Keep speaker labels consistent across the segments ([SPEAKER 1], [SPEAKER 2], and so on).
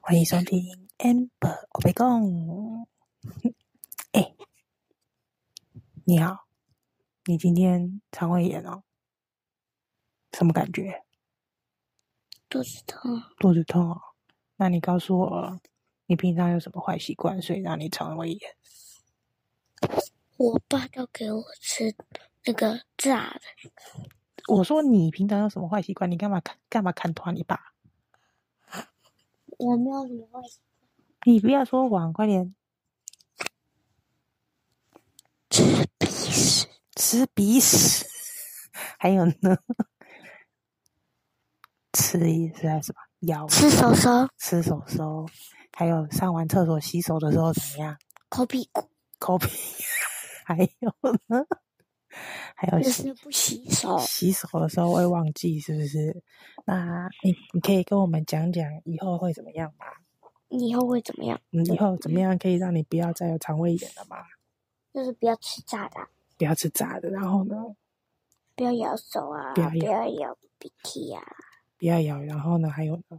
[SPEAKER 1] 欢迎收听 Amber 我 被供。哎、你好，你今天肠胃炎哦？什么感觉？
[SPEAKER 2] 肚子痛，
[SPEAKER 1] 肚子痛哦？那你告诉我，你平常有什么坏习惯，所以让你肠胃炎？
[SPEAKER 2] 我爸要给我吃那个炸的，
[SPEAKER 1] 我说你平常有什么坏习惯？你干嘛看干嘛看穿你爸？
[SPEAKER 2] 我没有什么坏习
[SPEAKER 1] 你不要说谎，快点
[SPEAKER 2] 惯，
[SPEAKER 1] 吃鼻屎。 还有呢？ 吃一次还是什么？咬
[SPEAKER 2] 吃手手、
[SPEAKER 1] 吃手手，还有上完厕所洗手的时候怎么样？
[SPEAKER 2] 抠屁股，
[SPEAKER 1] 抠鼻，还有呢？还有
[SPEAKER 2] 就
[SPEAKER 1] 洗
[SPEAKER 2] 是不洗手。
[SPEAKER 1] 洗手的时候会忘记，是不是？那你你可以跟我们讲讲以后会怎么样吗？
[SPEAKER 2] 你以后会怎么样？
[SPEAKER 1] 嗯，以后怎么样可以让你不要再有肠胃炎了吗？
[SPEAKER 2] 就是不要吃炸的，
[SPEAKER 1] 不要吃炸的，然后呢，
[SPEAKER 2] 不要咬手啊，
[SPEAKER 1] 不要
[SPEAKER 2] 不
[SPEAKER 1] 咬
[SPEAKER 2] 要咬鼻涕啊，
[SPEAKER 1] 不要咬，然后呢，还有呢？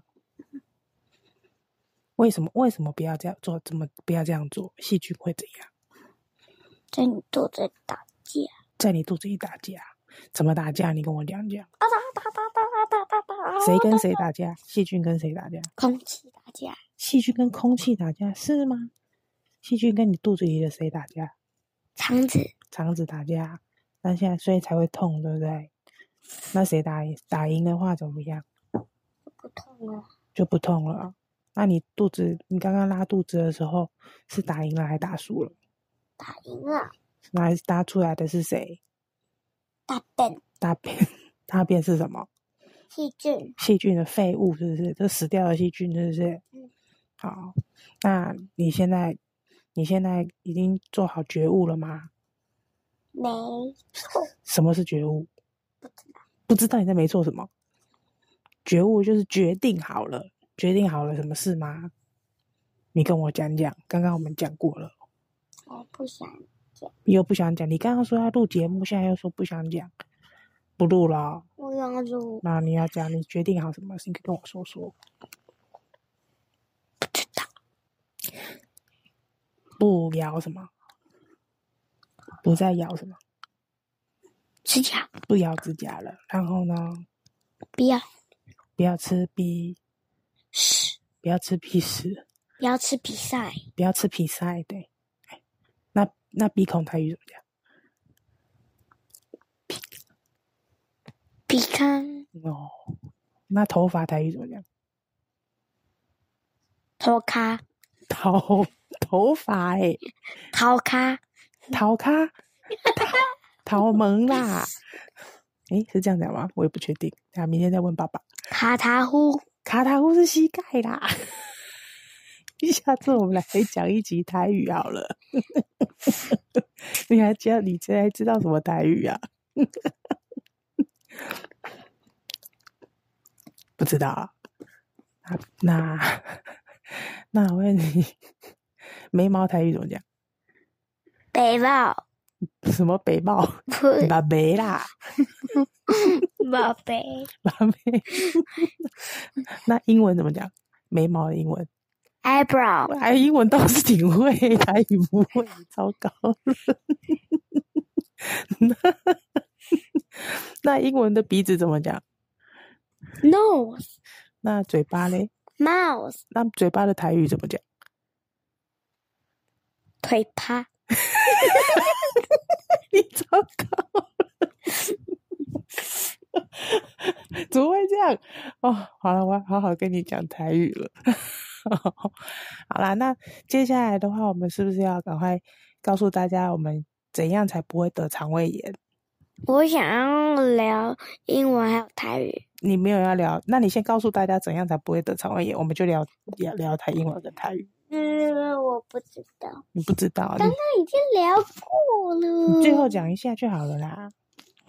[SPEAKER 1] 为什么为什么不要这样做？怎么不要这样做？细菌会怎样？
[SPEAKER 2] 在你肚子里打架，
[SPEAKER 1] 在你肚子里打架？怎么打架？你跟我讲讲。
[SPEAKER 2] 啊哒哒哒哒哒哒哒哒，
[SPEAKER 1] 谁跟谁打架？细菌跟谁打架？
[SPEAKER 2] 啊空气打架，
[SPEAKER 1] 细菌跟空气打架是吗？细菌跟你肚子里的谁打架？
[SPEAKER 2] 肠子
[SPEAKER 1] 肠子打架，那现在所以才会痛，对不对？那谁打赢打赢的话怎么样？
[SPEAKER 2] 不痛啊，
[SPEAKER 1] 就不痛了啊。那你肚子，你刚刚拉肚子的时候是打赢了还打输了？
[SPEAKER 2] 打赢了，
[SPEAKER 1] 那拉出来的是谁？
[SPEAKER 2] 大便
[SPEAKER 1] 大便， 大便是什么？
[SPEAKER 2] 细菌，
[SPEAKER 1] 细菌的废物，是不是？这死掉的细菌，是不是
[SPEAKER 2] 嗯？
[SPEAKER 1] 好，那你现在你现在已经做好觉悟了吗？
[SPEAKER 2] 没错，
[SPEAKER 1] 什么是觉悟？
[SPEAKER 2] 不知道，
[SPEAKER 1] 不知道你在没做什么。觉悟就是决定好了，决定好了什么事吗？你跟我讲讲，刚刚我们讲过了，
[SPEAKER 2] 我不想
[SPEAKER 1] 你又不想讲。你刚刚说要录节目，现在又说不想讲，不录了哦。
[SPEAKER 2] 不要录。
[SPEAKER 1] 那你要讲，你决定好什么事，你跟我说说。
[SPEAKER 2] 不知道，
[SPEAKER 1] 不聊什么，不再聊什么。
[SPEAKER 2] 指甲
[SPEAKER 1] 不咬指甲了，然后呢，
[SPEAKER 2] 不要
[SPEAKER 1] 不要吃鼻，
[SPEAKER 2] 屎，
[SPEAKER 1] 不要吃鼻屎，
[SPEAKER 2] 不要吃比赛，
[SPEAKER 1] 不要吃鼻塞，对。那那鼻孔台语怎么讲？
[SPEAKER 2] 比康
[SPEAKER 1] 哦，那头发台语怎么讲？
[SPEAKER 2] 头咖
[SPEAKER 1] 头头发哎、欸，
[SPEAKER 2] 头咖
[SPEAKER 1] 头咖，头头萌啦。诶、是这样讲吗？我也不确定。那明天再问爸爸。
[SPEAKER 2] 卡塔呼
[SPEAKER 1] 卡塔呼是膝盖啦。 下次我们来讲一集台语好了。 你还知道你现在知道什么台语啊？ 不知道啊。那 那那我问你，眉毛台语怎么讲？
[SPEAKER 2] 北豹
[SPEAKER 1] 什么北帽？
[SPEAKER 2] 不
[SPEAKER 1] 把眉啦，
[SPEAKER 2] 宝贝
[SPEAKER 1] 把眉。 那英文怎么讲？眉毛的英文？
[SPEAKER 2] eyebrow
[SPEAKER 1] 哎，英文倒是挺会，台语不会， 糟糕了。那英文的鼻子怎么讲？
[SPEAKER 2] nose
[SPEAKER 1] 那嘴巴嘞？
[SPEAKER 2] mouth
[SPEAKER 1] 那嘴巴的台语怎么讲？
[SPEAKER 2] 腿趴
[SPEAKER 1] 你糟糕了，怎么会这样？哦，好了，我要好好跟你讲台语了。 好啦，那接下来的话，我们是不是要赶快告诉大家，我们怎样才不会得肠胃炎？
[SPEAKER 2] 我想要聊英文还有台语，
[SPEAKER 1] 你没有要聊，那你先告诉大家怎样才不会得肠胃炎，我们就聊聊聊台英文跟台语。
[SPEAKER 2] 嗯，我不知道，
[SPEAKER 1] 你不知道，你
[SPEAKER 2] 那已经聊过了。
[SPEAKER 1] 你最后讲一下就好了啦。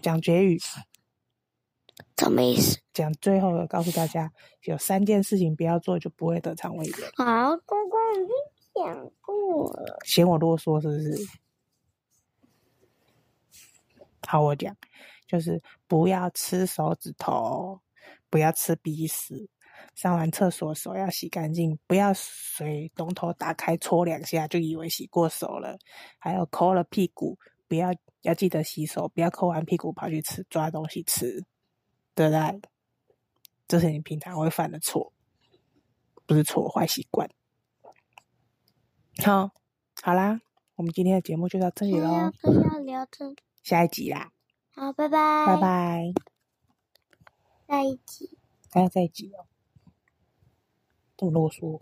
[SPEAKER 1] 讲绝语，
[SPEAKER 2] 什么意思？
[SPEAKER 1] 讲最后的告诉大家，有三件事情不要做就不会得肠胃炎。
[SPEAKER 2] 好，刚刚啊已经讲过了，
[SPEAKER 1] 嫌我啰嗦是不是？好，我讲，就是不要吃手指头，不要吃鼻屎，上完厕所手要洗干净，不要水龙头打开搓两下就以为洗过手了。还有抠了屁股，不要要记得洗手，不要抠完屁股跑去吃抓东西吃，对不对？这是你平常会犯的错，不是错坏习惯。好，好啦，我们今天的节目就到这里
[SPEAKER 2] 还
[SPEAKER 1] 喽
[SPEAKER 2] 要，跟要聊的，
[SPEAKER 1] 下一集啦，
[SPEAKER 2] 好，拜拜，
[SPEAKER 1] 拜，拜，
[SPEAKER 2] 在一起。
[SPEAKER 1] 大家再见哦，这么啰嗦。